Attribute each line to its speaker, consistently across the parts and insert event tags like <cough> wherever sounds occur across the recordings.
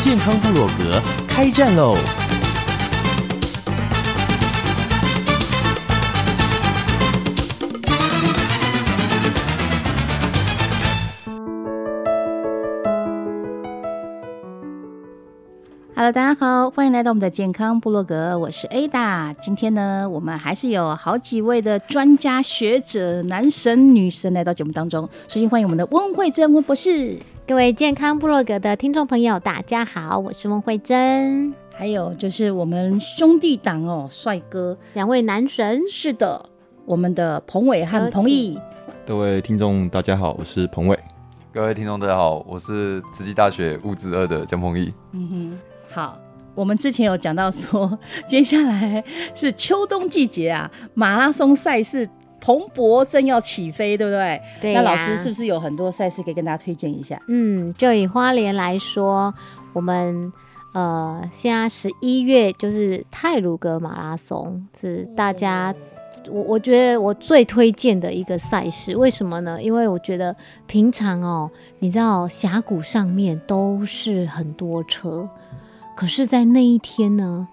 Speaker 1: 健康部落格开战喽！
Speaker 2: Hello，大家好，欢迎来到我们的健康部落格，我是 Ada。今天呢，我们还是有好几位的专家学者，男神女神来到节目当中。首先欢迎我们的温慧珍温博士，
Speaker 3: 各位健康部落格的听众朋友，大家好，我是孟慧珍，
Speaker 2: 还有就是我们兄弟党哦，帅哥，
Speaker 3: 两位男神。
Speaker 2: 是的，我们的彭伟和彭毅。
Speaker 4: 各位听众，大家好，我是彭伟。
Speaker 5: 各位听众，大家好，我是慈济大学物质二的江鹏毅。
Speaker 2: 嗯哼，好，我们之前有讲到说，接下来是秋冬季节啊，马拉松赛事蓬勃正要起飞，对不对？
Speaker 3: 对
Speaker 2: 那
Speaker 3: 呀
Speaker 2: 老师是不是有很多赛事可以跟大家推荐一下？
Speaker 3: 嗯，就以花莲来说，我们呃，现在十一月就是泰鲁格马拉松，是大
Speaker 2: 哦
Speaker 3: 家。我我觉得我最推荐的一个赛事，为什么呢？因为我觉得平常哦，你知道峡谷上面都是很多车，可是，在那一天呢，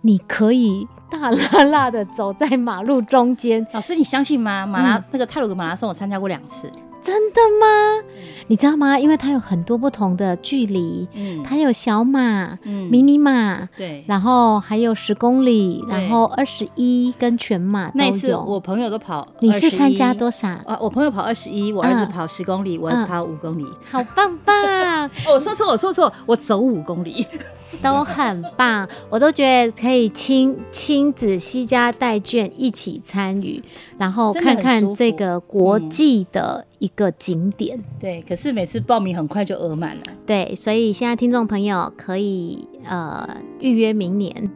Speaker 3: 你可以大拉拉的走在马路中间，
Speaker 2: 老师，你相信吗？马拉、
Speaker 3: 嗯
Speaker 2: 那个泰鲁格马拉松，我参加过两次。
Speaker 3: 真的吗？你知道吗？因为它有很多不同的距离，
Speaker 2: 嗯
Speaker 3: 它有小马、
Speaker 2: 嗯
Speaker 3: 迷你马，
Speaker 2: 对，
Speaker 3: 然后还有十公里，
Speaker 2: 对
Speaker 3: 然后二十一跟全马都
Speaker 2: 那一次
Speaker 3: 有。
Speaker 2: 我朋友都跑，
Speaker 3: 你是参加
Speaker 2: <laughs>
Speaker 3: 多？少？
Speaker 2: 啊，我朋友跑二十一，我儿子
Speaker 3: 嗯
Speaker 2: 跑十公里，我
Speaker 3: 嗯
Speaker 2: 跑五公里。
Speaker 3: 好棒棒，
Speaker 2: 哦，我说错，我说错，我走五公里。
Speaker 3: 嗯都很棒，我都觉得可以亲亲子西家带眷一起参与，然后
Speaker 2: 真的很
Speaker 3: 看
Speaker 2: 舒服
Speaker 3: 看这个国
Speaker 2: 嗯
Speaker 3: 际的一个景点。
Speaker 2: 对，可是每次报名很快就额满了。
Speaker 3: 对，所以现在听众朋友可以呃预约明年。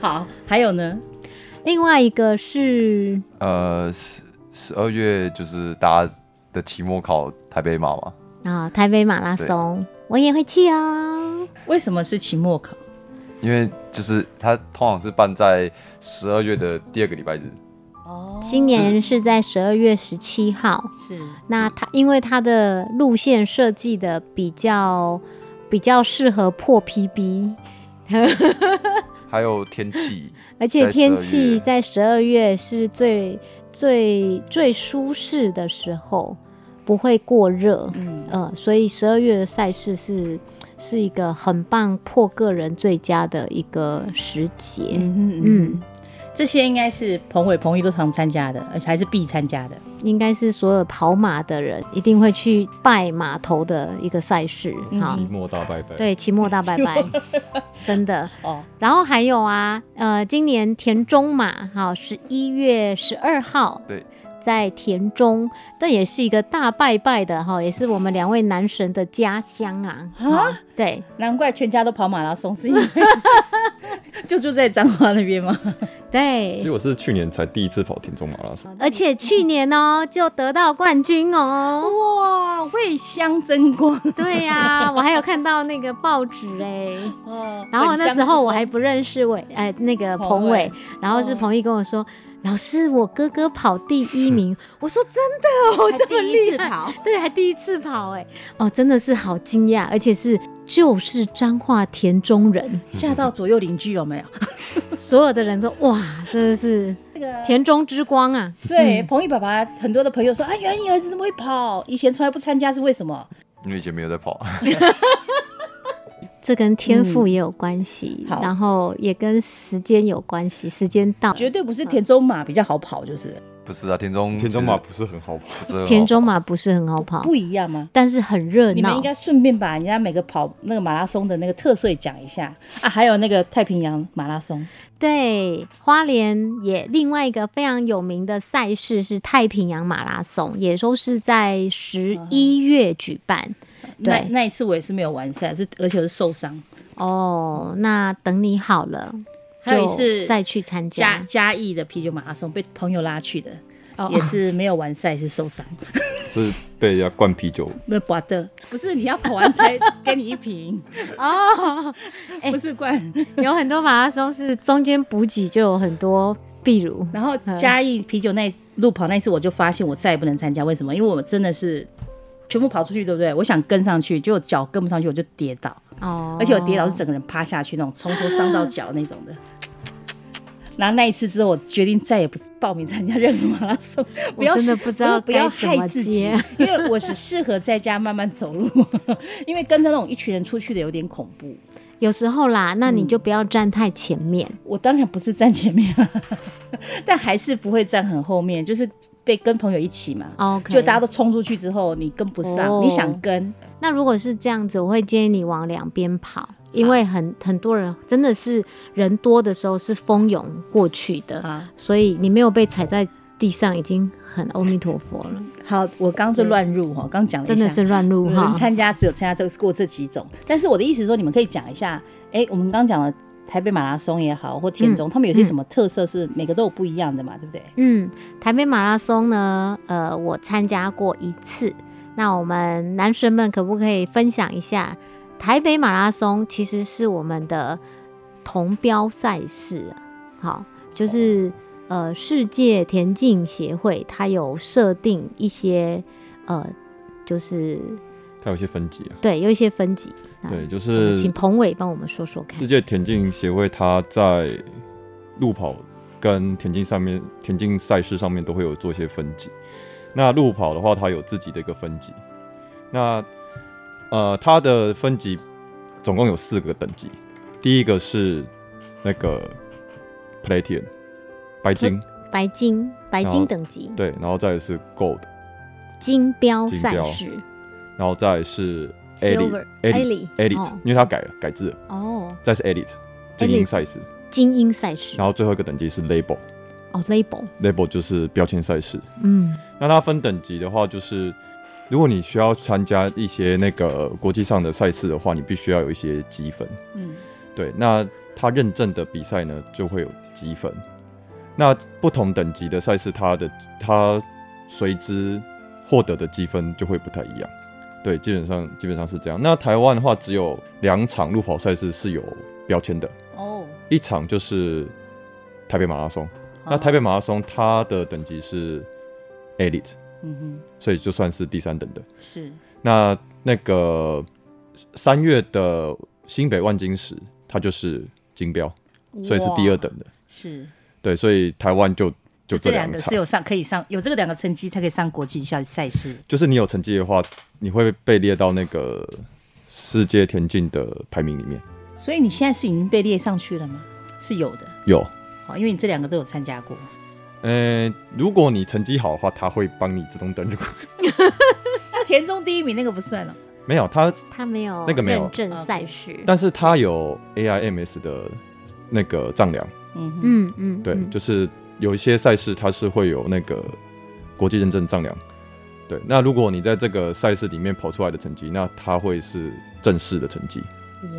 Speaker 2: 好，还有呢？
Speaker 3: 另外一个是
Speaker 5: 呃，十十二月就是大家的期末考台北马嘛，
Speaker 3: 啊、台北马拉松，我也会去哦。
Speaker 2: 为什么是期末考？
Speaker 5: 因为就是它通常是办在十二月的第二个礼拜日。
Speaker 2: 哦
Speaker 3: 今年是在十二月十七号，
Speaker 2: 是
Speaker 3: 那它因为它的路线设计的比较比较适合破 PB，
Speaker 5: 还有天气，
Speaker 3: 而且
Speaker 5: 在
Speaker 3: 天
Speaker 5: 12
Speaker 3: 气
Speaker 5: 月
Speaker 3: 在十二月是最最最舒适的时候，不会过热。
Speaker 2: 嗯，
Speaker 3: 呃，所以十二月的赛事是是一个很棒破个人最佳的一个时节。
Speaker 2: 嗯嗯
Speaker 3: 嗯，
Speaker 2: 这些应该是彭伟、彭毅都常参加的，而且还是必参加的。
Speaker 3: 应该是所有跑马的人一定会去拜码头的一个赛事。好
Speaker 4: 期，末 <laughs> 大拜拜。，
Speaker 3: 对，期末大拜拜，真 <laughs> 的。
Speaker 2: 哦，
Speaker 3: 然后还有啊，呃，今年田中马，好，十一月十二号，
Speaker 5: 对，
Speaker 3: 在田中，这也是一个大拜拜的哈，也是我们两位男神的家乡 <laughs> 啊。好对，
Speaker 2: 难怪全家都跑马拉松，
Speaker 3: <laughs>
Speaker 2: 是因为就住在彰化那边吗？
Speaker 3: 对，
Speaker 4: 其实我是去年才第一次跑田中马拉松，
Speaker 3: 而且去年哦就得到冠军哦。
Speaker 2: 哇，为乡争光
Speaker 3: 对呀、我还有看到那个报纸哎。
Speaker 2: 哦
Speaker 3: 然后那时候我还不认识伟，呃，那个
Speaker 2: 彭
Speaker 3: 彭
Speaker 2: 伟哦
Speaker 3: 伟，然后是彭毅跟我说。老师，我哥哥跑第
Speaker 2: <laughs>
Speaker 3: 一名，我说真的哦，这么厉害， <laughs>
Speaker 2: 跑，
Speaker 3: 对，还第一次跑哎，哦，真的是好惊讶，而且是就是彰化田中人，
Speaker 2: 吓到左右邻居哦有没有？
Speaker 3: 所有的人都哇，真的是
Speaker 2: 那个
Speaker 3: 田中之光啊，
Speaker 2: 对
Speaker 3: 嗯
Speaker 2: 彭毅爸爸很多的朋友说，哎，原来你儿子那么会跑，以前从来不参加是为什么？
Speaker 5: 因为以前没有在跑， <laughs>
Speaker 3: 这跟天赋也有关系，
Speaker 2: 嗯好
Speaker 3: 然后也跟时间有关系，时间到。
Speaker 2: 绝对不是田中马比较好跑，就是
Speaker 5: 不是啊，田中
Speaker 4: 田中马
Speaker 5: 其
Speaker 4: 不是很好跑。
Speaker 5: 实不是很好
Speaker 3: 田中马不是很好跑，
Speaker 2: 不一样吗？
Speaker 3: 但是很热
Speaker 2: 你们
Speaker 3: 闹
Speaker 2: 应。该顺便把人家每个跑那个马拉松的那个特色也讲一下啊，还有那个太平洋马拉松，
Speaker 3: 对，花莲也另外一个非常有名的赛事是太平洋马拉松，也都是在
Speaker 2: 嗯
Speaker 3: 十一月举办。
Speaker 2: 那
Speaker 3: 对
Speaker 2: 那一次我也是没有完赛，是而且我是受伤，
Speaker 3: 哦，那等你好了，
Speaker 2: 还有
Speaker 3: 就
Speaker 2: 一次
Speaker 3: 再去参
Speaker 2: 嘉
Speaker 3: 加。
Speaker 2: 嘉义的啤酒马拉松被朋友拉去的，
Speaker 3: 哦
Speaker 2: 也是没有完赛，是受伤，
Speaker 4: 是被人家灌啤酒，
Speaker 2: 没有拔的，不是你要跑完才给你一瓶，
Speaker 3: <laughs> 哦，哎
Speaker 2: 不是灌。
Speaker 3: 有很多马拉松是中间补给就有很多，比如
Speaker 2: 然后嘉义啤酒那一路跑那一次，我就发现我再也不能参加，为什么？因为我真的是全部跑出去，对不对？我想跟上去，结果脚跟不上去，我就跌倒。
Speaker 3: 哦，
Speaker 2: 而且我跌倒是整个人趴下去那种，从头伤到脚那种的。然后那一次之后，我决定再也不报名参加任何马拉松，不要
Speaker 3: 真的不知道
Speaker 2: 不要
Speaker 3: 该怎
Speaker 2: 害
Speaker 3: 么
Speaker 2: 自己
Speaker 3: 接，
Speaker 2: 因为我是适合在家慢慢走路，因为跟着那种一群人出去的有点恐怖。
Speaker 3: 有时候啦，那你
Speaker 2: 嗯
Speaker 3: 就不要站太前面。
Speaker 2: 我当然不是站前面，但还是不会站很后面，就是被跟朋友一起嘛。
Speaker 3: 哦 OK，
Speaker 2: 就大家都冲出去之后，你跟不上，
Speaker 3: 哦
Speaker 2: 你想跟，
Speaker 3: 那如果是这样子，我会建议你往两边跑，因为很很多人真的是人多的时候是蜂拥过去的，
Speaker 2: 啊
Speaker 3: 所以你没有被踩在地上已经很阿弥陀佛了，
Speaker 2: 好，我刚是乱入哈，刚讲了一下
Speaker 3: 真的是乱入
Speaker 2: 我
Speaker 3: 哈
Speaker 2: 们。嗯参加只有参加这个过这几种，但是我的意思是说，你们可以讲一下，哎、我们刚讲了台北马拉松也好，或田中，他们有些什么特色是每个都有不一样的嘛，对不对？
Speaker 3: 嗯，台北马拉松呢，呃，我参加过一次。那我们男生们可不可以分享一下，台北马拉松其实是我们的同标赛事啊，好，就是
Speaker 4: 哦
Speaker 3: 呃世界田径协会它有设定一些呃，就是
Speaker 4: 它有一些分级啊。
Speaker 3: 对有一些分级。那
Speaker 4: 对，就
Speaker 3: 啊我
Speaker 4: 是
Speaker 3: 们请彭伟帮我们说说看
Speaker 4: 世。界田径协会，它在路跑跟田径上面、田径赛事上面都会有做一些分级。那路跑的话，它有自己的一个分级。那呃，它的分级总共有四个等级。第一个是那个 Platinum 白金，
Speaker 3: 白金白
Speaker 4: 然
Speaker 3: 金
Speaker 4: 后
Speaker 3: 等级
Speaker 4: 对，然后再来是 Gold，
Speaker 3: 金标
Speaker 4: 金
Speaker 3: 赛
Speaker 4: 标
Speaker 3: 事
Speaker 4: 然后再来是
Speaker 3: Silver
Speaker 4: Elite
Speaker 3: Elite
Speaker 4: Elite Elite，
Speaker 3: 哦
Speaker 4: 因为它改了改制了，
Speaker 3: 哦，
Speaker 4: 再是 Elite 精英
Speaker 3: Elite
Speaker 4: 赛事，
Speaker 3: 精英赛事
Speaker 5: 哦
Speaker 4: 然后最后一个等级是 Label。
Speaker 3: 哦，label，
Speaker 4: label 就是标签赛事。
Speaker 3: 嗯，
Speaker 4: 那它分等级的话，就是如果你需要参加一些那个国际上的赛事的话，你必须要有一些积分。
Speaker 2: 嗯，
Speaker 4: 对，那它认证的比赛呢，就会有积分。那不同等级的赛事，它的它随之获得的积分就会不太一样。对，基本上基本上是这样。那台湾的话，只有两场路跑赛事是有标签的，
Speaker 2: 哦，
Speaker 4: 一场就是台北马拉松，那台北马拉松它的等级是 elite，
Speaker 2: 嗯
Speaker 4: 所以就算是第三等的。
Speaker 2: 哼，是
Speaker 4: 那那个三月的新北万金石，它就是金标，所以是第二等的。
Speaker 2: 是，
Speaker 4: 对，所以台湾就就
Speaker 2: 这
Speaker 4: 这
Speaker 2: 两
Speaker 4: 两
Speaker 2: 个是
Speaker 4: 场，
Speaker 2: 有上可以上有这个两个成绩才可以上国际校赛事，
Speaker 4: 就是你有成绩的话，你会被列到那个世界田径的排名里面。
Speaker 2: 所以你现在是已经被列上去了吗？是有的，
Speaker 4: 有，
Speaker 2: 哦，因为你这两个都有参加过，
Speaker 4: 呃，如果你成绩好的话，它会帮你自动登录。
Speaker 2: 那田中第一名那个不算了，
Speaker 4: <laughs> 没有，它
Speaker 3: 他没有
Speaker 4: 那个没有
Speaker 3: 认证赛事，
Speaker 4: 但是它有 AIMS 的那个丈量。
Speaker 2: 嗯哼，
Speaker 3: 嗯嗯，
Speaker 4: 对，
Speaker 3: 嗯
Speaker 4: 就是有一些赛事它是会有那个国际认证丈量。对，那如果你在这个赛事里面跑出来的成绩，那它会是正式的成绩。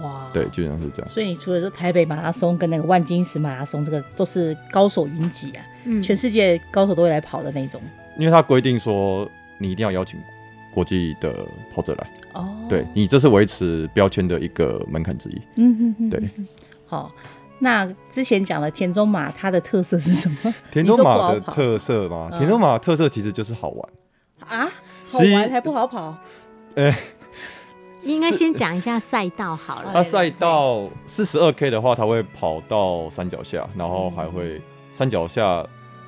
Speaker 2: 哇，
Speaker 4: 对，。基本上是这样。
Speaker 2: 所以你除了说台北马拉松跟那个万金石马拉松，这个都是高手云集啊，
Speaker 3: 嗯
Speaker 2: 全世界高手都会来跑的那种。
Speaker 4: 因为它规定说你一定要邀请国际的跑者来，
Speaker 2: 哦，
Speaker 4: 对，你这是维持标签的一个门槛之一。
Speaker 2: 嗯哼哼，
Speaker 4: 对，
Speaker 2: 好。那之前讲了田中马，它的特色是什么
Speaker 4: 田中
Speaker 2: 你说
Speaker 4: 马的
Speaker 2: 不好跑
Speaker 4: 特色嘛，
Speaker 2: 嗯
Speaker 4: 田中马的特色其实就是好玩。
Speaker 2: 啊？好
Speaker 4: 其实
Speaker 2: 玩还不好跑，
Speaker 3: 应该先讲一下赛道好
Speaker 2: 哎
Speaker 3: 了。
Speaker 4: 它赛道四十二 K 的话，它会跑到山脚下，然后还会山脚下
Speaker 2: 嗯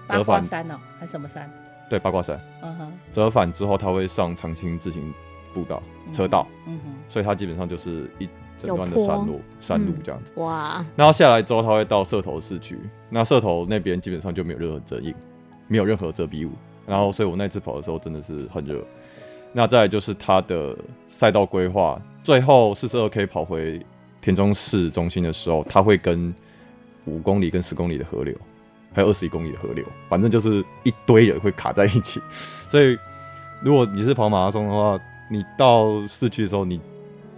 Speaker 2: 八
Speaker 4: 折
Speaker 2: 卦
Speaker 4: 返，
Speaker 2: 山哦，还是什么山？
Speaker 4: 对，八卦山。
Speaker 2: 嗯哼，
Speaker 4: 折返之后，它会上长青自行步道、车道，
Speaker 2: 嗯哼，
Speaker 4: 所以它基本上就是一整段的
Speaker 3: 有坡
Speaker 4: 山路、山路
Speaker 3: 嗯
Speaker 4: 这样子。
Speaker 3: 哇，
Speaker 4: 然后下来之后，它会到社头市区，那社头那边基本上就没有任何遮影，没有任何遮蔽物。然后，所以我那次跑的时候真的是很热。那再来就是它的赛道规划，最后四十二 K 跑回田中市中心的时候，它会跟五公里跟十公里的河流，还有二十一公里的河流，反正就是一堆人会卡在一起。所以，如果你是跑马拉松的话，你到市区的时候，你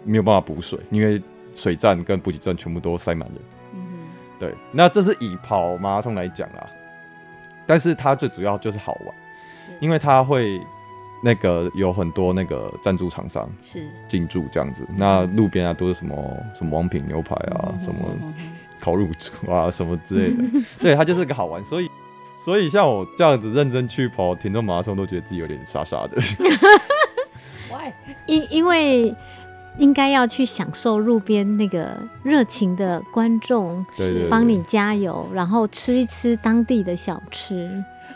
Speaker 4: 没有办法补水，因为水站跟补给站全部都塞满人。
Speaker 2: 嗯
Speaker 4: 对，那这是以跑马拉松来讲啦，但是它最主要就是好玩，因为它会那个有很多那个赞助厂商
Speaker 2: 哼，是
Speaker 4: 进驻这样子，那路边啊都是什么什么王品牛排啊，什么
Speaker 2: 嗯嗯
Speaker 4: 烤乳猪啊什么之类
Speaker 2: <laughs>
Speaker 4: 的，对，它就是个好玩，所以。所以像我这样子认真去跑田中马拉松，都觉得自己有点傻傻的。
Speaker 2: <laughs>
Speaker 3: 因因为应该要去享受路边那个热情的观众
Speaker 4: 对对对
Speaker 3: 帮你加油，然后吃一吃当地的小吃，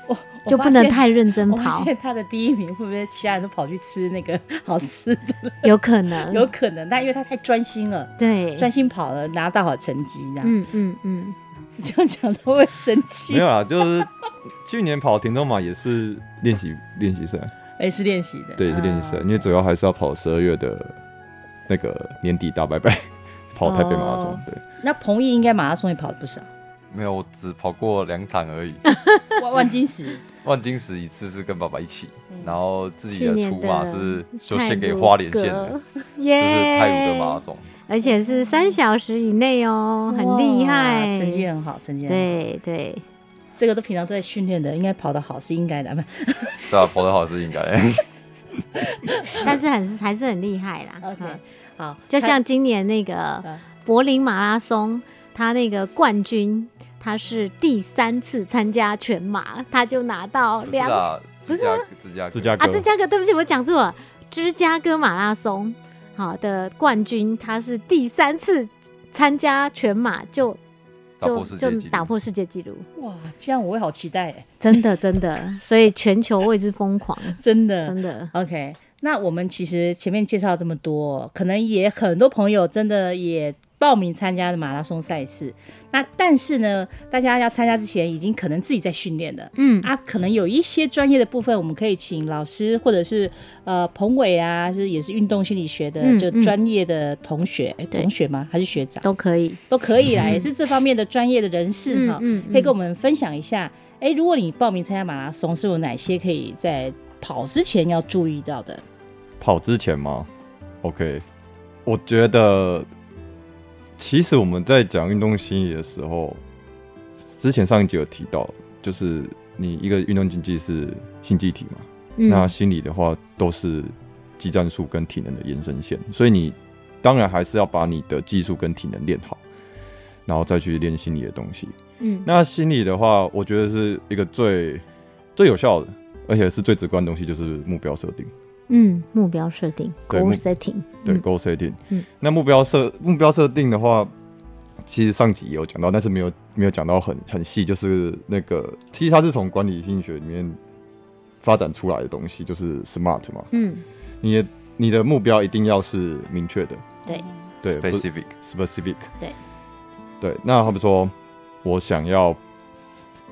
Speaker 2: 我我
Speaker 3: 就
Speaker 2: 发
Speaker 3: 不能
Speaker 2: 现
Speaker 3: 太认真
Speaker 2: 我发
Speaker 3: 跑，
Speaker 2: 现他的第一名会不会其他人都跑去吃那个 <laughs> 好吃的？
Speaker 3: 有可能
Speaker 2: 有可能，但因为他太专心了，
Speaker 3: 对，
Speaker 2: 专心跑了，拿到好成绩这样。
Speaker 3: 嗯嗯嗯，
Speaker 2: <laughs> 这样讲他会生气
Speaker 4: 没。有啦，就是去年跑田中马也是练习练习赛，
Speaker 2: 哎，是练习的。
Speaker 4: 对，也是练
Speaker 2: 嗯
Speaker 4: 习生，因为主要还是要跑十二月的那个年底大拜拜，跑台北马拉松。
Speaker 2: 哦
Speaker 4: 对，
Speaker 2: 那彭毅应该马拉松也跑了 <laughs> 不少，
Speaker 5: 没有，我只跑过两场
Speaker 4: <laughs>
Speaker 5: 而已。
Speaker 2: 万万金石。
Speaker 5: 万金石一次是跟爸爸一起，然后自己
Speaker 3: 去
Speaker 5: 的
Speaker 3: 年
Speaker 5: 出
Speaker 3: 的
Speaker 5: 马是就
Speaker 3: 泰
Speaker 5: 献给
Speaker 3: 鲁
Speaker 5: 花莲县
Speaker 3: 阁
Speaker 5: 的，
Speaker 3: 耶，
Speaker 5: 就是泰鲁的马拉松。
Speaker 3: 而且是三小时以内哦，很厉害
Speaker 2: 哇，成绩很好，成绩很好。
Speaker 3: 对对，
Speaker 2: 这个都平常都在训练的，应该跑得好是应该的。不 <laughs>
Speaker 5: 对啊，跑得好是应该。
Speaker 3: 但是很还是很厉害啦。
Speaker 2: OK，
Speaker 3: 嗯
Speaker 2: 好，
Speaker 3: 就像今年那个
Speaker 2: 嗯
Speaker 3: 柏林马拉松，他那个冠军，他是第三次参加全马，他就拿到
Speaker 5: 不是
Speaker 3: 两啊
Speaker 5: 啦，芝加哥芝加哥
Speaker 4: 芝加哥，
Speaker 3: 芝加哥，对不起，我讲错了，芝加哥马拉松好的冠军，他是第三次参加全马就
Speaker 5: 打
Speaker 3: 就
Speaker 5: 破世界
Speaker 3: 就
Speaker 5: 纪
Speaker 3: 打
Speaker 5: 录。
Speaker 3: 破世界纪录，
Speaker 2: 他哇，这样我会好期待哎，
Speaker 3: 真的真的，所以全球为之疯狂，
Speaker 2: 真的
Speaker 3: 真的。
Speaker 2: OK，那我们其实前面介绍这么多，可能也很多朋友真的也报名参加的马拉松赛事。那但是呢，大家要参加之前，已经可能自己在训练了。
Speaker 3: 嗯，
Speaker 2: <laughs> 啊，可能有一些专业的部分，我们可以请老师或者是呃彭伟啊，是也是运动心理学的、
Speaker 3: 嗯
Speaker 2: 就
Speaker 3: 嗯
Speaker 2: 专业的同学，诶
Speaker 3: 对
Speaker 2: 同学吗？还是学长
Speaker 3: 都可以。
Speaker 2: 都可以
Speaker 3: <laughs>
Speaker 2: 啦，也是这方面的专业的人士哈。
Speaker 3: 嗯
Speaker 2: 可以跟我
Speaker 3: 们
Speaker 2: 们分享一下，哎、如果你报名参加马拉松，是有哪些可以在跑之前要注意到的？
Speaker 4: 跑之前吗？OK，我觉得其实我们在讲运动心理的时候，之前上一集有提到，就是你一个运动竞技是竞技体嘛，
Speaker 3: 嗯
Speaker 4: 那心理的话都是技战术跟体能的延伸线，所以你当然还是要把你的技术跟体能练好，然后再去练心理的东西。
Speaker 3: 嗯
Speaker 4: 那心理的话，我觉得是一个最最有效的，而且是最直观的东西，就是目标设定。
Speaker 3: 嗯目标设定
Speaker 4: 对
Speaker 3: goal
Speaker 4: 目
Speaker 3: setting
Speaker 4: 对、
Speaker 3: 嗯
Speaker 4: g o a l setting。
Speaker 3: 嗯
Speaker 4: 那目标设目标设定的话，其实上集也有讲到，但是没有没有讲到很很细，就是那个其实它是从管理心理学里面发展出来的东西，就是 SMART 嘛。
Speaker 3: 嗯
Speaker 4: 你的你的目标一定要是明确的，
Speaker 3: 对
Speaker 4: 对不是
Speaker 5: Pacific，
Speaker 4: ，specific，
Speaker 3: 对
Speaker 4: 对。那好比说，我想要，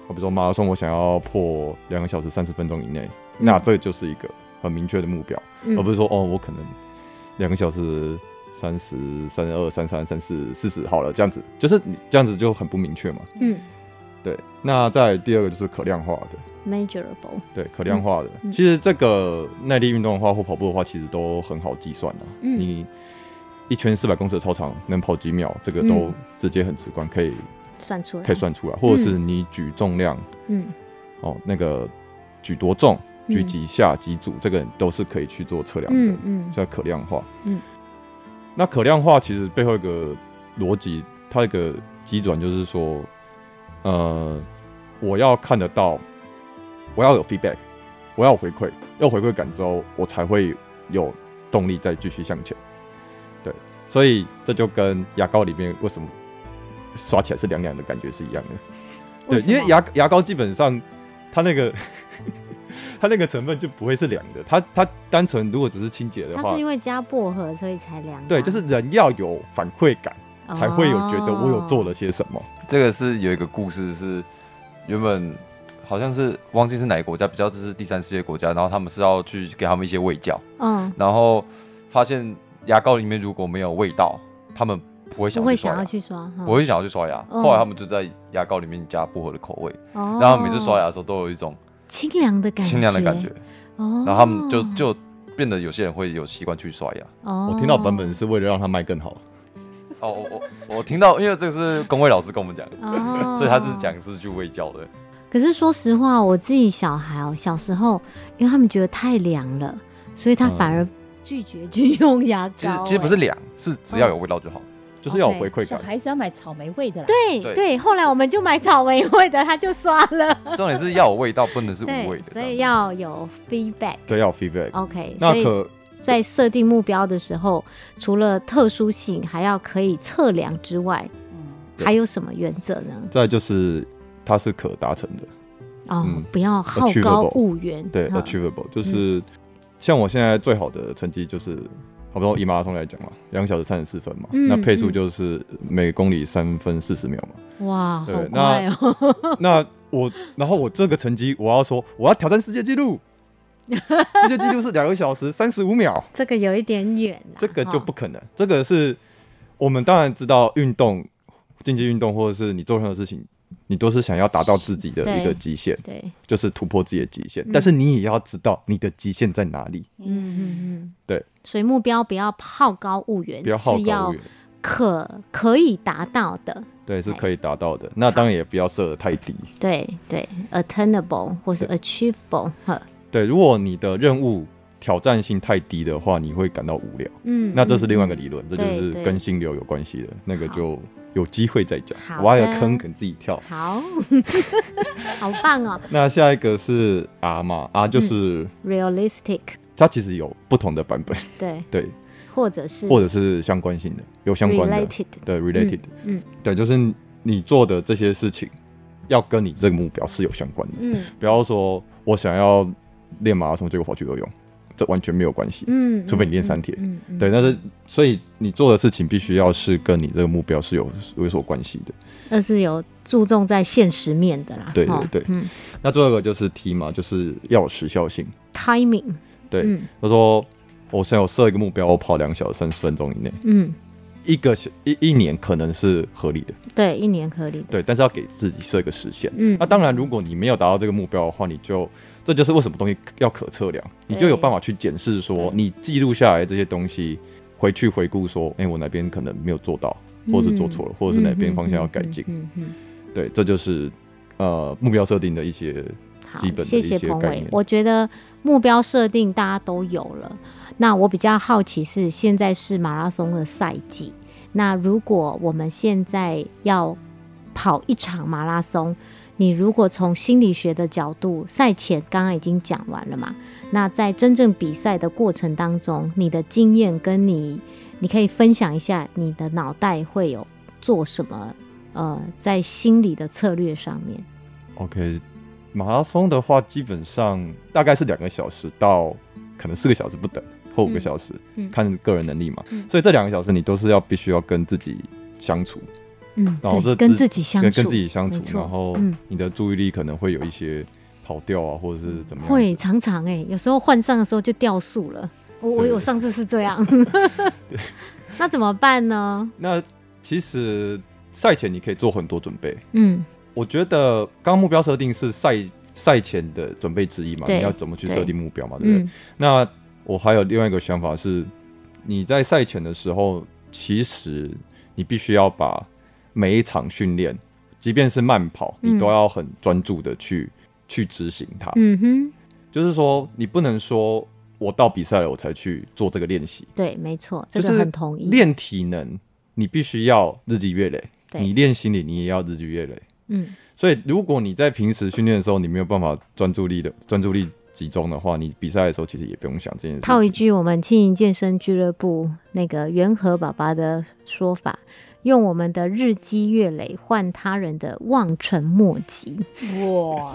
Speaker 4: 好比说马拉松，我想要破两个小时三十分钟以内，那这就是一个很明确的目标，
Speaker 3: 嗯
Speaker 4: 而不是说哦，我可能两个小时三十三二三三三四四十好了，这样子就是你这样子就很不明确嘛。
Speaker 3: 嗯
Speaker 4: 对，那再第二个就是可量化的，
Speaker 3: measurable
Speaker 4: 对，可量化的。
Speaker 3: 嗯
Speaker 4: 其实这个耐力运动的话，或跑步的话，其实都很好计算的。啊
Speaker 3: 嗯
Speaker 4: 你一圈四百公尺的操场能跑几秒，这个都
Speaker 3: 嗯
Speaker 4: 直接很直观，可以
Speaker 3: 算出来
Speaker 4: 可以算出来。或者是你举重量、
Speaker 3: 嗯
Speaker 4: 哦，那个举多重、
Speaker 3: 嗯
Speaker 4: 举几下、几组，这个都是可以去做测量的
Speaker 3: 嗯，嗯
Speaker 4: 叫可量化。
Speaker 3: 嗯，
Speaker 4: 那可量化其实背后一个逻辑，它一个基转就是说，呃，我要看得到，我要有 feedback，我要有回馈，要有回馈感之后，我才会有动力再继续向前。对，所以这就跟牙膏里面为什么刷起来是凉凉的感觉是一样的。对，
Speaker 3: 为什么
Speaker 4: 因为牙牙膏基本上它那个 <laughs> 它那个成分就不会是凉的，它它单纯如果只是清洁的
Speaker 3: 它
Speaker 4: 话
Speaker 3: 是，因为加薄荷所以才量
Speaker 4: 对，就是人要有反馈感，
Speaker 3: 哦
Speaker 4: 才会有觉得我有做
Speaker 3: 了
Speaker 4: 了些什么。
Speaker 5: 这个是有一个故事是原本好像是忘记是哪个国家，比较就是第三世界国家，然后他们是要去给他们一些喂教，
Speaker 3: 嗯
Speaker 5: 然后发现牙膏里面如果没有味道，他们不会想
Speaker 3: 不
Speaker 5: 要
Speaker 3: 会
Speaker 5: 去刷
Speaker 3: 想
Speaker 5: 牙
Speaker 3: 要，去刷哈
Speaker 5: 不会想要去刷牙。
Speaker 3: 嗯
Speaker 5: 后来他们就在牙膏里面加薄荷的口味，
Speaker 3: 哦
Speaker 5: 然后每次刷牙的时候都有一种
Speaker 3: 清凉的感觉
Speaker 5: 清凉的感觉，
Speaker 3: 哦
Speaker 5: 然后他们就就变得有些人会有习惯去刷牙。
Speaker 3: 哦
Speaker 4: 我听到版本是为了让它卖更好，
Speaker 5: 哦，我我我听到，因为这个是工会老师跟我们讲，的，
Speaker 4: <laughs>
Speaker 3: 哦
Speaker 5: 所以他
Speaker 4: 嗯
Speaker 5: 是讲是去喂教的。
Speaker 3: 可是说实话，我自己小孩哦，小时候因为他们觉得太凉了，所以
Speaker 4: 嗯
Speaker 3: 他反而拒绝去用牙膏、欸
Speaker 5: 其实其实不是凉，是只要有味道就好。
Speaker 4: 嗯就是要有
Speaker 3: OK，
Speaker 4: 回馈
Speaker 2: 小
Speaker 4: 感。
Speaker 2: 孩子要买草莓味的啦。
Speaker 3: 哎。对
Speaker 5: 对
Speaker 3: 对，后来我们就买草莓味的，他就刷
Speaker 5: <laughs>
Speaker 3: 了。
Speaker 5: 重点是要有味道，不能是无味
Speaker 3: 对，
Speaker 5: 的。
Speaker 3: 所以要有 feedback。
Speaker 4: 对，要有 feedback。
Speaker 3: OK，
Speaker 4: 那
Speaker 3: 所以
Speaker 4: 可
Speaker 3: 在设定目标的时候，除了特殊性，还要可以测量之外，
Speaker 2: 嗯，
Speaker 3: 还有什么原则呢？
Speaker 4: 再就是它是可达成的，
Speaker 3: 哦，
Speaker 4: 嗯
Speaker 3: 不要好高
Speaker 4: achievable
Speaker 3: 骛远。
Speaker 4: 对
Speaker 3: 哈
Speaker 4: ，achievable，就是
Speaker 3: 嗯
Speaker 4: 像我现在最好的成绩就是，好不好以马拉松来讲嘛，两个小时三十四分嘛，
Speaker 3: 嗯
Speaker 4: 那配速就是每公里三分四十秒嘛。
Speaker 3: 哇，好
Speaker 4: 对
Speaker 3: 快哦！ <laughs>
Speaker 4: 那我，然后我这个成绩，我要说我要挑战世界纪录，世界纪录是两个小时三十五秒，
Speaker 3: 这个有一点远啦
Speaker 4: 这个就不
Speaker 3: 哈
Speaker 4: 可能。这个是我们当然知道，运动、竞技运动或者是你做任何事情，你都是想要达到自己的一
Speaker 3: 对嗯
Speaker 4: 个极限，
Speaker 3: 对，
Speaker 4: 就是突破自己的极限。但是你也要知道你的极限在哪里，
Speaker 3: 嗯嗯嗯，
Speaker 4: 对。
Speaker 3: 所以目标不要好高骛远，
Speaker 4: 不要
Speaker 3: 是
Speaker 4: 好高骛
Speaker 3: 要
Speaker 4: 远。
Speaker 3: 可可以达到的，
Speaker 4: 对，是
Speaker 3: 哎
Speaker 4: 可以达到的。那当然也不要设得太低。
Speaker 3: 对对，attainable 或是 achievable，呵，
Speaker 4: 对，如果你的任务挑战性太低的话，你会感到无聊。
Speaker 3: 嗯，
Speaker 4: <laughs> 那这是另外一个
Speaker 3: 嗯
Speaker 4: 理论，这
Speaker 3: 嗯
Speaker 4: 就是
Speaker 3: 对对
Speaker 4: 跟心流有关系的，那个
Speaker 3: 好
Speaker 4: 就有机会再讲
Speaker 3: 好。的
Speaker 4: 挖个坑给自己跳。
Speaker 3: 好， <laughs> 好棒哦
Speaker 4: 那下一个是 R 嘛，R 就是、
Speaker 3: 嗯，realistic，
Speaker 4: 它其实有不同的版本， <laughs>
Speaker 3: 对，
Speaker 4: 对，
Speaker 3: 或者是
Speaker 4: 或者是相关性的，有相关的，
Speaker 3: 嗯 related，
Speaker 4: 对，related，
Speaker 3: 嗯
Speaker 4: 对，就是你做的这些事情要跟你这个目标是有相关的，
Speaker 3: 嗯
Speaker 4: 不要说我想要练马拉松，结果跑去游泳，这完全没有关系。
Speaker 3: 嗯，
Speaker 4: 除非你练
Speaker 3: 嗯
Speaker 4: 三铁
Speaker 3: 嗯，嗯
Speaker 4: 对，但是所以你做的事情必须要是跟你这个目标是有有所关系的。
Speaker 3: 那是有注重在现实面的啦，
Speaker 4: 对对
Speaker 3: 哦
Speaker 4: 对
Speaker 3: 嗯
Speaker 4: 那最后一个就是 T 嘛，就是要有时效性。
Speaker 3: ，timing，
Speaker 4: 对，
Speaker 3: 嗯
Speaker 4: 他说我现在有设一个目标，我跑两小时三十分钟以内，
Speaker 3: 嗯，
Speaker 4: 一个小一一年可能是合理的，
Speaker 3: 对，一年合理的，
Speaker 4: 对，但是要给自己设一个时限。
Speaker 3: 嗯
Speaker 4: 那当然，如果你没有达到这个目标的话，你就这就是为什么东西要可测量，你就有办法去检视说
Speaker 3: 对
Speaker 4: 你记录下来这些东西，回去回顾说，哎、我哪边可能没有做到，或者是做错了，或者是哪边方向要改进。
Speaker 3: 嗯嗯嗯嗯嗯
Speaker 4: 对，这就是呃目标设定的一些
Speaker 3: 好
Speaker 4: 基本的
Speaker 3: 谢
Speaker 4: 一
Speaker 3: 谢
Speaker 4: 些
Speaker 3: 彭
Speaker 4: 概
Speaker 3: 伟
Speaker 4: 念。
Speaker 3: 我觉得目标设定大家都有了，那我比较好奇是现在是马拉松的赛季，那如果我们现在要跑一场马拉松，你如果从心理学的角度，赛前刚刚已经讲完了嘛，那在真正比赛的过程当中，你的经验跟你，你可以分享一下你的脑袋会有做什么？呃，在心理的策略上面，
Speaker 4: OK，马拉松的话，基本上大概是两个小时到可能四个小时不等，或五个小时，
Speaker 3: 嗯
Speaker 4: 看个人能力嘛。
Speaker 3: 嗯
Speaker 4: 所以这两个小时你都是要必须要跟自己相处，
Speaker 3: 嗯，
Speaker 4: 然
Speaker 3: 对
Speaker 4: 后哦这
Speaker 3: 跟
Speaker 4: 自
Speaker 3: 自己相
Speaker 4: 跟
Speaker 3: 处，
Speaker 4: 跟自己相
Speaker 3: 没
Speaker 4: 处，
Speaker 3: 错
Speaker 4: 然后
Speaker 3: 嗯
Speaker 4: 你的注意力可能会有一些跑掉啊，或者是怎么样。
Speaker 3: 会常常哎、有时候换上的时候就掉速了。我我
Speaker 4: 对
Speaker 3: 我上次是这
Speaker 4: <laughs>
Speaker 3: 样， <laughs> 那怎么办呢？
Speaker 4: 那其实赛前你可以做很多准备，
Speaker 3: 嗯，
Speaker 4: 我觉得刚刚目标设定是赛赛前的准备之一嘛，
Speaker 3: 对
Speaker 4: 你要怎么去
Speaker 3: 对
Speaker 4: 设定目标嘛，对不对？
Speaker 3: 嗯
Speaker 4: 那我还有另外一个想法是，你在赛前的时候，其实你必须要把每一场训练，即便是慢跑，
Speaker 3: 嗯
Speaker 4: 你都要很专注的去、去执行它。
Speaker 3: 嗯哼，
Speaker 4: 就是说，你不能说我到比赛了我才去做这个练习，
Speaker 3: 对，没错，这
Speaker 4: 就
Speaker 3: 个
Speaker 4: 是
Speaker 3: 很同意。
Speaker 4: 练体能，你必须要日积月累，
Speaker 3: 对
Speaker 4: 你练心理你也要日积月累。
Speaker 3: 嗯，
Speaker 4: 所以，如果你在平时训练的时候，你没有办法专注力的专注力集中的话，你比赛的时候其实也不用想这件事情。
Speaker 3: 套一句我们轻盈健身俱乐部那个元和爸爸的说法，用我们的日积月累换他人的望尘莫及。
Speaker 2: 哇，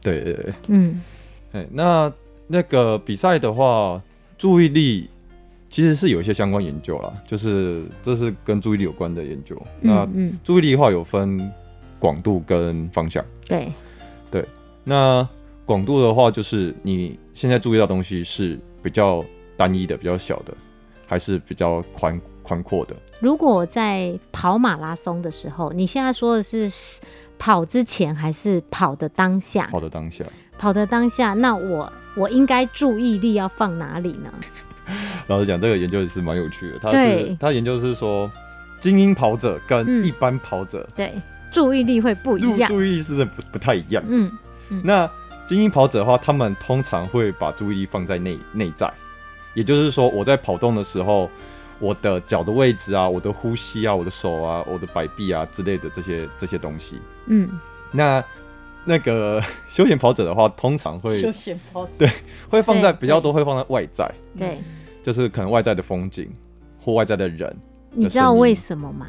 Speaker 4: 对对对。
Speaker 3: 嗯
Speaker 4: 哎，那那个比赛的话，注意力其实是有一些相关研究啦，就是这是跟注意力有关的研究。那
Speaker 3: 嗯嗯，
Speaker 4: 注意力的话有分广度跟方向。
Speaker 3: 对，
Speaker 4: 那广度的话，就是你现在注意到的东西是比较单一的、比较小的，还是比较宽宽阔的？
Speaker 3: 如果我在跑马拉松的时候，你现在说的是跑之前还是跑的当下？
Speaker 4: 好的当下。
Speaker 3: 跑的当下，那我我应该注意力要放哪里呢？
Speaker 4: 老实讲，这个研究也是蛮有趣的。他
Speaker 3: 对
Speaker 4: 是他研究是说，精英跑者跟
Speaker 3: 嗯
Speaker 4: 一般跑者
Speaker 3: 对，注意力会不
Speaker 4: 入
Speaker 3: 一样。
Speaker 4: 注意力是真的不不太一样。
Speaker 3: 嗯，
Speaker 4: <laughs> 那精英跑者的话，他们通常会把注意力放在内内在，也就是说，我在跑动的时候，我的脚的位置啊，我的呼吸啊，我的手啊，我的摆臂啊之类的这些这些东西。
Speaker 3: 嗯，
Speaker 4: 那那个 <laughs> 休闲跑者的话，通常会
Speaker 2: 闲跑者
Speaker 4: 对会放在
Speaker 3: 对
Speaker 4: 比较多，会放在外在，
Speaker 3: 对，
Speaker 4: 就是可能外在的风景或外在的人。
Speaker 3: 你知道为什么吗？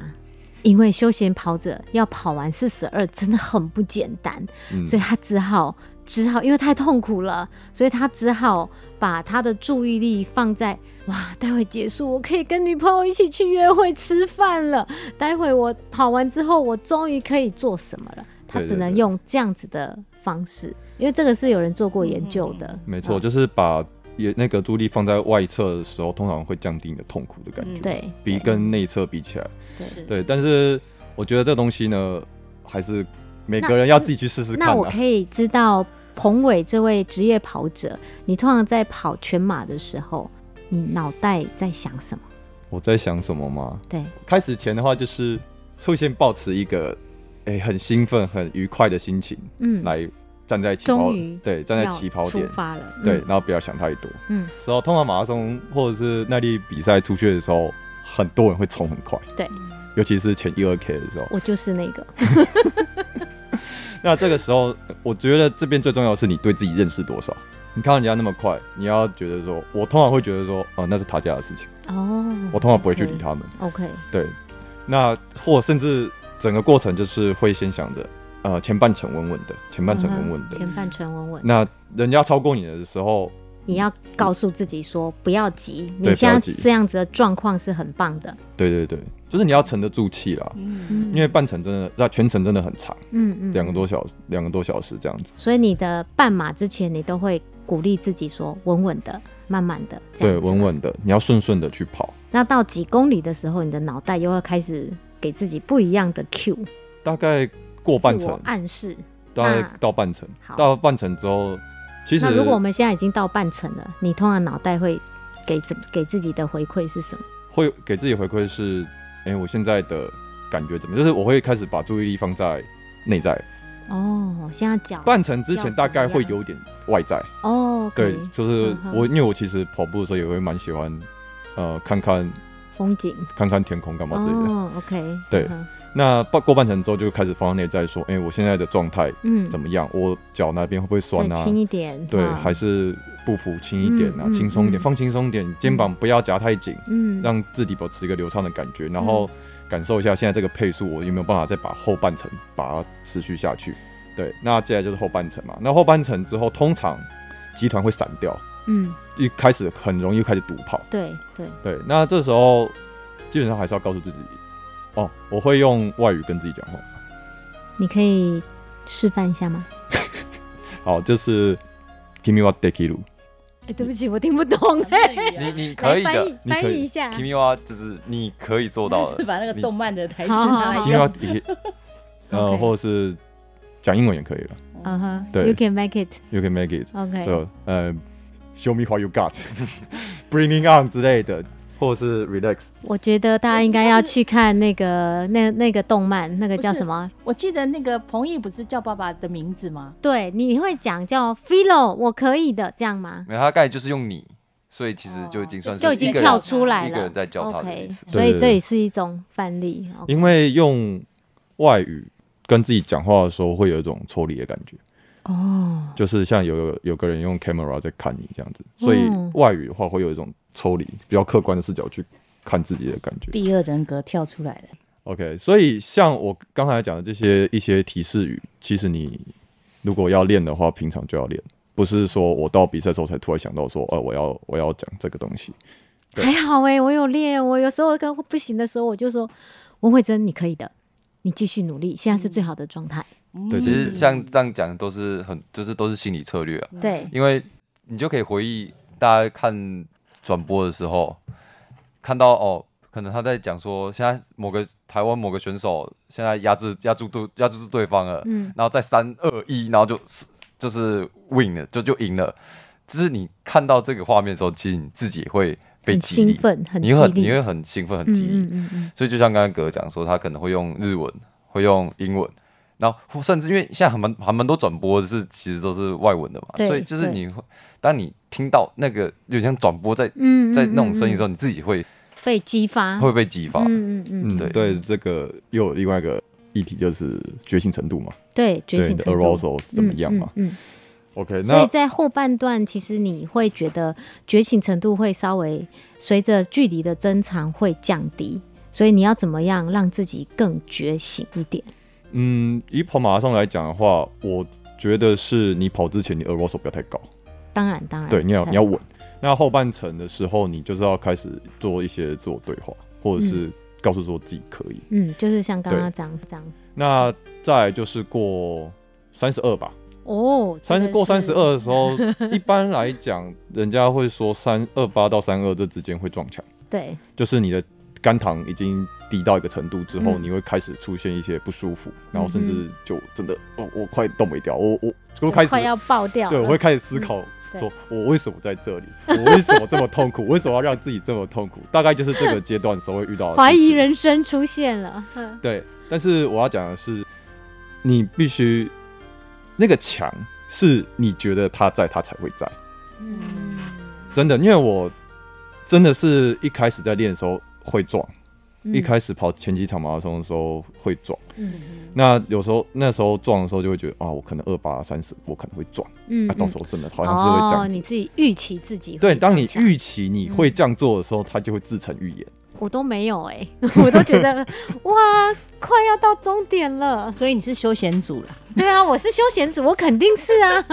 Speaker 3: 因为休闲跑者要跑完四十二真的很不简单，
Speaker 4: 嗯
Speaker 3: 所以他只好只好，因为太痛苦了，所以他只好把他的注意力放在哇，待会结束，我可以跟女朋友一起去约会吃饭了。待会我跑完之后，我终于可以做什么了。他
Speaker 4: 对
Speaker 3: 只
Speaker 4: 对
Speaker 3: 能
Speaker 4: 对
Speaker 3: 用这样子的方式，因为这个是有人做过研究的，
Speaker 4: 没错，
Speaker 3: 啊
Speaker 4: 就是把也那个注意力放在外侧的时候，通常会降低你的痛苦的感
Speaker 2: 嗯
Speaker 4: 觉，
Speaker 3: 对，
Speaker 4: 比跟内侧比起来。
Speaker 2: 是
Speaker 4: 对，但是我觉得这东西呢，还是每个人要自己去试试看
Speaker 3: 那我
Speaker 4: 啊。
Speaker 3: 可以知道彭伟这位职业跑者，你通常在跑全马的时候，你脑袋在想什么？
Speaker 4: 我在想什么吗？
Speaker 3: 对，
Speaker 4: 开始前的话，就是会先保持一个哎、诶很兴奋、很愉快的心情，
Speaker 3: 嗯
Speaker 4: 来站在起跑
Speaker 3: 终于
Speaker 4: 对站在
Speaker 3: 要
Speaker 4: 起跑
Speaker 3: 出
Speaker 4: 点，
Speaker 3: 发了，
Speaker 4: 对，然后不要想太多。
Speaker 3: 嗯，
Speaker 4: 时候通常马拉松或者是耐力比赛出去的时候，很多人会冲很快，
Speaker 3: 对，
Speaker 4: 尤其是前一二 K 的时候。
Speaker 3: 我就是那个，
Speaker 4: 那这个时候，我觉得这边最重要的是你对自己认识多少。你看到人家那么快，你要觉得说，我通常会觉得说，啊、那是他家的事情，
Speaker 3: 哦，
Speaker 4: 我通常不会去理他们。
Speaker 3: OK，
Speaker 4: 对，那或甚至整个过程就是会先想着，呃，前半程稳稳的，前半程稳稳的。
Speaker 3: 嗯前半程稳稳。
Speaker 4: 那人家超过你的时候，
Speaker 3: 你要告诉自己说不要急，
Speaker 4: 嗯对
Speaker 3: 你现
Speaker 4: 不要
Speaker 3: 在
Speaker 4: 急
Speaker 3: 这样子的状况是很棒的。
Speaker 4: 对对对，就是你要沉得住气啦，
Speaker 2: 嗯，
Speaker 3: 嗯
Speaker 4: 因为半程真的，那全程真的很长，
Speaker 3: 嗯嗯，
Speaker 4: 两个多小时，两个多小时这样子。
Speaker 3: 所以你的半马之前，你都会鼓励自己说稳稳的、慢慢的，这
Speaker 4: 对，
Speaker 3: 样子啊
Speaker 4: 稳稳的，你要顺顺的去跑。
Speaker 3: 那到几公里的时候，你的脑袋又会开始给自己不一样的 Q，
Speaker 4: 大概过哦半
Speaker 3: 自我啊
Speaker 4: 程，
Speaker 3: 暗示。
Speaker 4: 大概
Speaker 3: 那
Speaker 4: 到半程，
Speaker 3: 好
Speaker 4: 到半程之后，其实
Speaker 3: 那如果我们现在已经到半程了，你通常脑袋会给怎给自己的回馈是什么？
Speaker 4: 会给自己回馈是，哎、我现在的感觉怎么样？就是我会开始把注意力放在内在，
Speaker 3: 哦，现在脚
Speaker 4: 半程之前大概会
Speaker 3: 要怎么
Speaker 4: 有点外在，
Speaker 3: 哦，可
Speaker 4: 对
Speaker 3: 以，
Speaker 4: 就是
Speaker 3: 嗯哼
Speaker 4: 我，因为我其实跑步的时候也会蛮喜欢，呃，看看
Speaker 3: 风景
Speaker 4: 看看天空干嘛之类的。
Speaker 3: 哦，OK，
Speaker 4: 对
Speaker 3: 嗯哼
Speaker 4: 那半过半程之后就开始放到内在，说，哎、我现在的状态
Speaker 3: 嗯，
Speaker 4: 怎么样？我脚那边会不会酸
Speaker 3: 再
Speaker 4: 啊？
Speaker 3: 轻一点，
Speaker 4: 对，
Speaker 3: 哈
Speaker 4: 还是步幅轻一点啊，
Speaker 3: 嗯嗯
Speaker 4: 轻松一点，
Speaker 3: 嗯
Speaker 4: 放轻松一点，肩膀不要夹太紧。
Speaker 3: 嗯，
Speaker 4: 让自己保持一个流畅的感觉，然后感受一下现在这个配速，我有没有办法再把后半程把它持续下去？对，那接下来就是后半程嘛。那后半程之后，通常集团会散掉，
Speaker 3: 嗯，
Speaker 4: 一开始很容易开始独跑。
Speaker 3: 对对，
Speaker 4: 对，那这时候基本上还是要告诉自己，哦，我会用外语跟自己讲话。
Speaker 3: 你可以示范一下吗？
Speaker 4: 好，就是。君はできる。
Speaker 3: 哎，对不起，我听不懂，哎，
Speaker 2: 嗯
Speaker 5: 你你可以
Speaker 3: 来翻
Speaker 5: 的
Speaker 3: 译
Speaker 4: <laughs> 你可以
Speaker 3: 翻译一下，
Speaker 5: ，Kimi wa 就是你可以
Speaker 3: <laughs>
Speaker 5: 做到
Speaker 2: 是 <laughs>
Speaker 5: 的。
Speaker 2: 把那个
Speaker 5: 你
Speaker 2: 动漫的台词
Speaker 3: 好
Speaker 2: 拿
Speaker 3: 好
Speaker 2: 来
Speaker 3: 好
Speaker 4: 君
Speaker 2: 用
Speaker 4: はできる呃，
Speaker 5: <laughs>
Speaker 3: OK
Speaker 4: 或者是讲英文也可以了。
Speaker 3: 嗯哼
Speaker 4: 对
Speaker 3: ，You can make it，OK，
Speaker 4: You can make it。就
Speaker 3: 哦
Speaker 4: 呃，show me what you <laughs> got，bringing on 之类的，或者是 relax。
Speaker 3: 我觉得大家应该要去看那个那那个动漫，那个叫什么？
Speaker 2: 我记得那个彭毅不是叫爸爸的名字吗？
Speaker 3: 对，你会讲叫 Philo，我可以的，这样吗？
Speaker 5: 没有，他刚才就是用你，所以其实就已经算是
Speaker 3: 哦就已
Speaker 5: 一
Speaker 3: 经
Speaker 5: 个人
Speaker 3: 跳出来
Speaker 5: 一个
Speaker 3: 了
Speaker 5: 人在叫他的意
Speaker 3: ，OK，
Speaker 5: 思。
Speaker 3: 所以
Speaker 4: 对
Speaker 3: 这也是一种范例。OK，哦
Speaker 4: 因为用外语跟自己讲话的时候，会有一种抽离的感觉，
Speaker 3: 哦，
Speaker 4: 就是像有有个人用 camera 在看你这样子，所以
Speaker 3: 嗯
Speaker 4: 外语的话会有一种抽离、比较客观的视角去看自己的感觉。
Speaker 2: 第二人格跳出来了，
Speaker 4: OK，所以像我刚才讲的这些一些提示语，其实你如果要练的话，平常就要练，不是说我到比赛时候才突然想到说，呃，我要我要讲这个东西。对
Speaker 3: 还好哎，我有练，我有时候跟不行的时候，我就说文慧珍，你可以的，你继续努力，现在是最好的状态。
Speaker 2: 嗯
Speaker 4: 对，
Speaker 5: 其实像这样讲都是很，就是都是心理策略啊，
Speaker 3: 对，
Speaker 5: 因为你就可以回忆大家看转播的时候，看到哦，可能他在讲说现在某个台湾某个选手现在压制压住对压制住对方了，
Speaker 3: 嗯，
Speaker 5: 然后再三二一，然后就是就是 win 了，就就赢了。就是你看到这个画面的时候，其实你自己也会被
Speaker 3: 很
Speaker 5: 激
Speaker 3: 兴
Speaker 5: 励，
Speaker 3: 奋，很
Speaker 5: 你
Speaker 3: 激
Speaker 5: 会很
Speaker 3: 励
Speaker 5: 你，会很兴奋，很激励。
Speaker 3: 嗯嗯嗯嗯，
Speaker 5: 所以就像刚刚哥讲说，他可能会用日文，会用英文，然后或甚至因为现在还蛮还蛮多转播是其实都是外文的嘛，
Speaker 3: 对
Speaker 5: 所以就是
Speaker 3: 对
Speaker 5: 你会当你听到那个有点像转播在
Speaker 3: 嗯，
Speaker 5: 在那种声音的
Speaker 3: 候
Speaker 5: 时候，你自己会
Speaker 3: 被激发，
Speaker 5: 会被激发。
Speaker 3: 嗯嗯嗯，
Speaker 4: 嗯，
Speaker 5: 对
Speaker 4: 对，这个又有另外一个议题就是觉醒程度嘛，
Speaker 3: 对，觉
Speaker 4: 对
Speaker 3: 醒
Speaker 4: 你的
Speaker 3: 程度
Speaker 4: arousal 怎么样嘛、
Speaker 3: 嗯，嗯
Speaker 4: o k
Speaker 3: 嗯所以
Speaker 4: 那
Speaker 3: 在后半段，其实你会觉得觉醒程度会稍微随着距离的增长会降低，所以你要怎么样让自己更觉醒一点？
Speaker 4: 嗯，以跑马拉松来讲的话，我觉得是你跑之前你 arousal 不要太高，
Speaker 3: 当然，当然，
Speaker 4: 对，你要
Speaker 3: 嗯
Speaker 4: 你要稳。那后半程的时候，你就是要开始做一些自我对话，或者是告诉说自己可以。
Speaker 3: 嗯，就是像刚
Speaker 4: 对
Speaker 3: 刚这样这样。
Speaker 4: 那再来就是过三十二吧，
Speaker 3: 哦，这
Speaker 4: 三十
Speaker 3: 个
Speaker 4: 过
Speaker 3: 是
Speaker 4: 三十二的时候，
Speaker 3: <laughs>
Speaker 4: 一般来讲，人家会说三二八到三二这之间会撞墙，
Speaker 3: 对，
Speaker 4: 就是你的肝糖已经低到一个程度之后，
Speaker 3: 嗯
Speaker 4: 你会开始出现一些不舒服，然后
Speaker 3: 嗯哼
Speaker 4: 甚至就真的，哦，我快动不掉，我我我开始
Speaker 3: 快要爆掉了，嗯
Speaker 4: 对，我会开始思考，
Speaker 3: 对
Speaker 4: 说我为什么在这里？我为什么这么痛苦？我 <laughs> 为什么要让自己这么痛苦？大概就是这个阶段时候会遇到的
Speaker 3: 怀
Speaker 4: 事
Speaker 3: 疑
Speaker 4: 情。
Speaker 3: 人生出现了。嗯
Speaker 4: 对，但是我要讲的是，你必须那个墙是你觉得他在，他才会在。
Speaker 3: 嗯，
Speaker 4: 真的，因为我真的是一开始在练的时候会撞，一开始跑前几场马拉松的时候会撞。
Speaker 3: 嗯
Speaker 4: 那有时候那时候撞的时候就会觉得啊，我可能二八三十，我可能会撞。
Speaker 3: 嗯
Speaker 4: 啊，到
Speaker 3: 嗯
Speaker 4: 时候真的好像是会这样
Speaker 3: 哦，
Speaker 4: 子。
Speaker 3: 你自己预期自己会
Speaker 4: 对，当
Speaker 3: 这
Speaker 4: 你
Speaker 3: 样讲嗯
Speaker 4: 预期你会这样做的时候，它就会自成预言。
Speaker 3: 我都没有哎、我都
Speaker 4: <laughs>
Speaker 3: 觉得哇，快要到终点了。
Speaker 2: 所以你是休闲组了。
Speaker 3: 对啊，我是休闲组，我肯定是啊。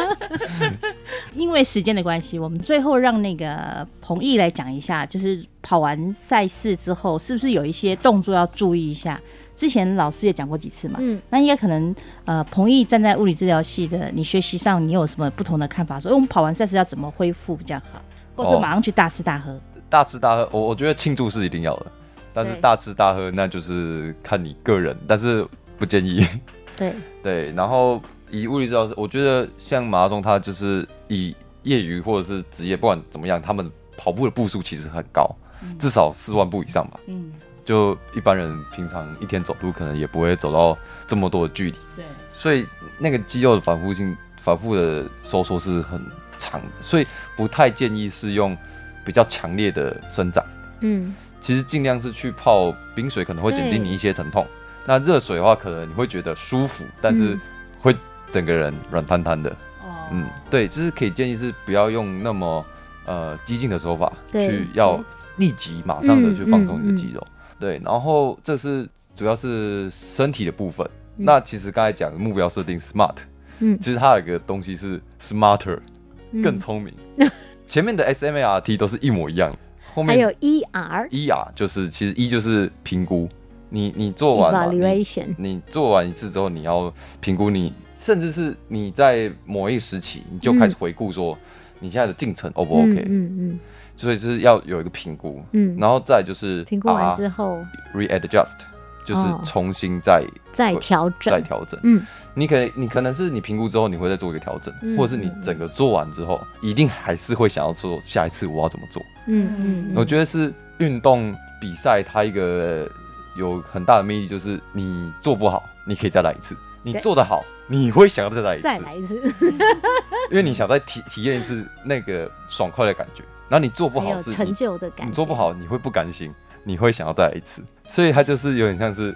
Speaker 2: 因为时间的关系，我们最后让那个彭毅来讲一下，就是跑完赛事之后，是不是有一些动作要注意一下？之前老师也讲过几次嘛，
Speaker 3: 嗯，
Speaker 2: 那应该可能呃，彭毅站在物理治疗系的你学习上，你有什么不同的看法？说，哎、我们跑完赛事要怎么恢复比较好，或是
Speaker 5: 哦
Speaker 2: 马上去大吃大喝？
Speaker 5: 大吃大喝，我我觉得庆祝是一定要的，但是
Speaker 3: 对
Speaker 5: 大吃大喝那就是看你个人，但是不建议。
Speaker 3: 对，
Speaker 5: <laughs> 对，然后以物理治疗师，我觉得像马拉松，它就是以业余或者是职业，不管怎么样，他们跑步的步数其实很高，至少四万步以上吧。
Speaker 2: 嗯，
Speaker 5: 就一般人平常一天走路可能也不会走到这么多的距离，
Speaker 2: 对，
Speaker 5: 所以那个肌肉的反复性、反复的收缩是很长的，所以不太建议是用比较强烈的伸展。
Speaker 3: 嗯，
Speaker 5: 其实尽量是去泡冰水，可能会减低
Speaker 3: 对
Speaker 5: 你一些疼痛。那热水的话，可能你会觉得舒服，但是
Speaker 3: 嗯
Speaker 5: 会整个人软瘫瘫的。
Speaker 2: 哦
Speaker 5: 嗯，对，就是可以建议是不要用那么呃激进的手法
Speaker 3: 对
Speaker 5: 去要
Speaker 3: 对
Speaker 5: 立即马上的去放松
Speaker 3: 嗯
Speaker 5: 你
Speaker 3: 嗯
Speaker 5: 的肌肉。对，然后这是主要是身体的部分。
Speaker 3: 嗯
Speaker 5: 那其实刚才讲的目标设定 SMART， <laughs>
Speaker 3: 嗯
Speaker 5: 其实它有一个东西是 smarter，
Speaker 3: 嗯
Speaker 5: 更聪明。前面的 S M A R T 都是一模一样，后
Speaker 3: 还
Speaker 5: 面
Speaker 3: 有
Speaker 4: 哦
Speaker 3: ER
Speaker 5: E R 就是其实 E 就是评估，你你做完嘛你
Speaker 3: evaluation，
Speaker 5: 你做完一次之后，你要评估你，甚至是你在某一时期，你就开始回顾说你现在的进程 O 不 OK，、
Speaker 3: 嗯嗯嗯
Speaker 5: 所以就是要有一个评估，
Speaker 3: 嗯嗯，
Speaker 5: 然后再就是
Speaker 3: 评估
Speaker 4: 啊
Speaker 3: 完之
Speaker 5: 后
Speaker 3: 后
Speaker 5: readjust，就是
Speaker 3: 哦
Speaker 5: 重新再、
Speaker 3: 再调
Speaker 5: 再
Speaker 3: 整，
Speaker 5: 调整。
Speaker 3: 嗯
Speaker 5: 你可你可能是你评估之后，你会再做一个调整，
Speaker 3: 嗯
Speaker 5: 或者是你整个做完之后，一定还是会想要做下一次我要怎么做。
Speaker 3: 嗯嗯，
Speaker 5: 我觉得是运动比赛它一个有很大的魅力，就是你做不好，你可以再来一次；你
Speaker 3: 对
Speaker 5: 做得好，你会想要再来一次，
Speaker 3: 再来一次，
Speaker 5: 因为你想再体体验一次那个爽快的感觉。然后你做不
Speaker 3: 很
Speaker 5: 好
Speaker 3: 有
Speaker 5: 是
Speaker 3: 成
Speaker 5: 你
Speaker 3: 就的感觉。
Speaker 5: 你做不好，你会不甘心，你会想要再来一次。所以它就是有点
Speaker 3: <laughs>
Speaker 5: 像是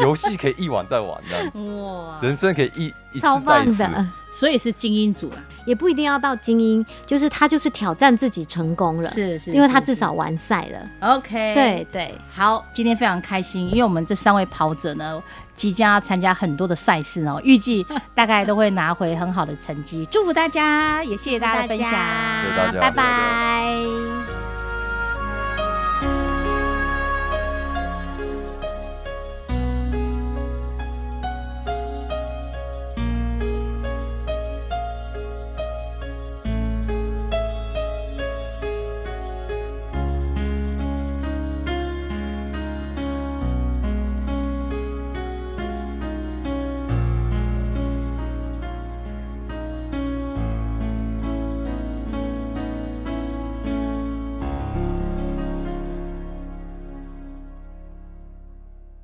Speaker 5: 游戏可以一玩再玩这样子，
Speaker 2: 哇，
Speaker 5: 人生可以一一次
Speaker 3: 超
Speaker 5: 再一
Speaker 3: 棒
Speaker 5: 次。
Speaker 3: 的，
Speaker 2: 所以是精英组啊啦，
Speaker 3: 也不一定要到精英，就是他就是挑战自己成功了，
Speaker 2: 是是，
Speaker 3: 因为他
Speaker 2: 是
Speaker 3: 至少完赛了。
Speaker 2: OK，
Speaker 3: 对对，
Speaker 2: 好，今天非常开心，因为我们这三位跑者呢，即将要参加很多的赛事哦，预计大概都会拿回很好的成绩，祝福大家，也谢谢大家的分享。
Speaker 5: 谢谢大家
Speaker 3: 拜拜。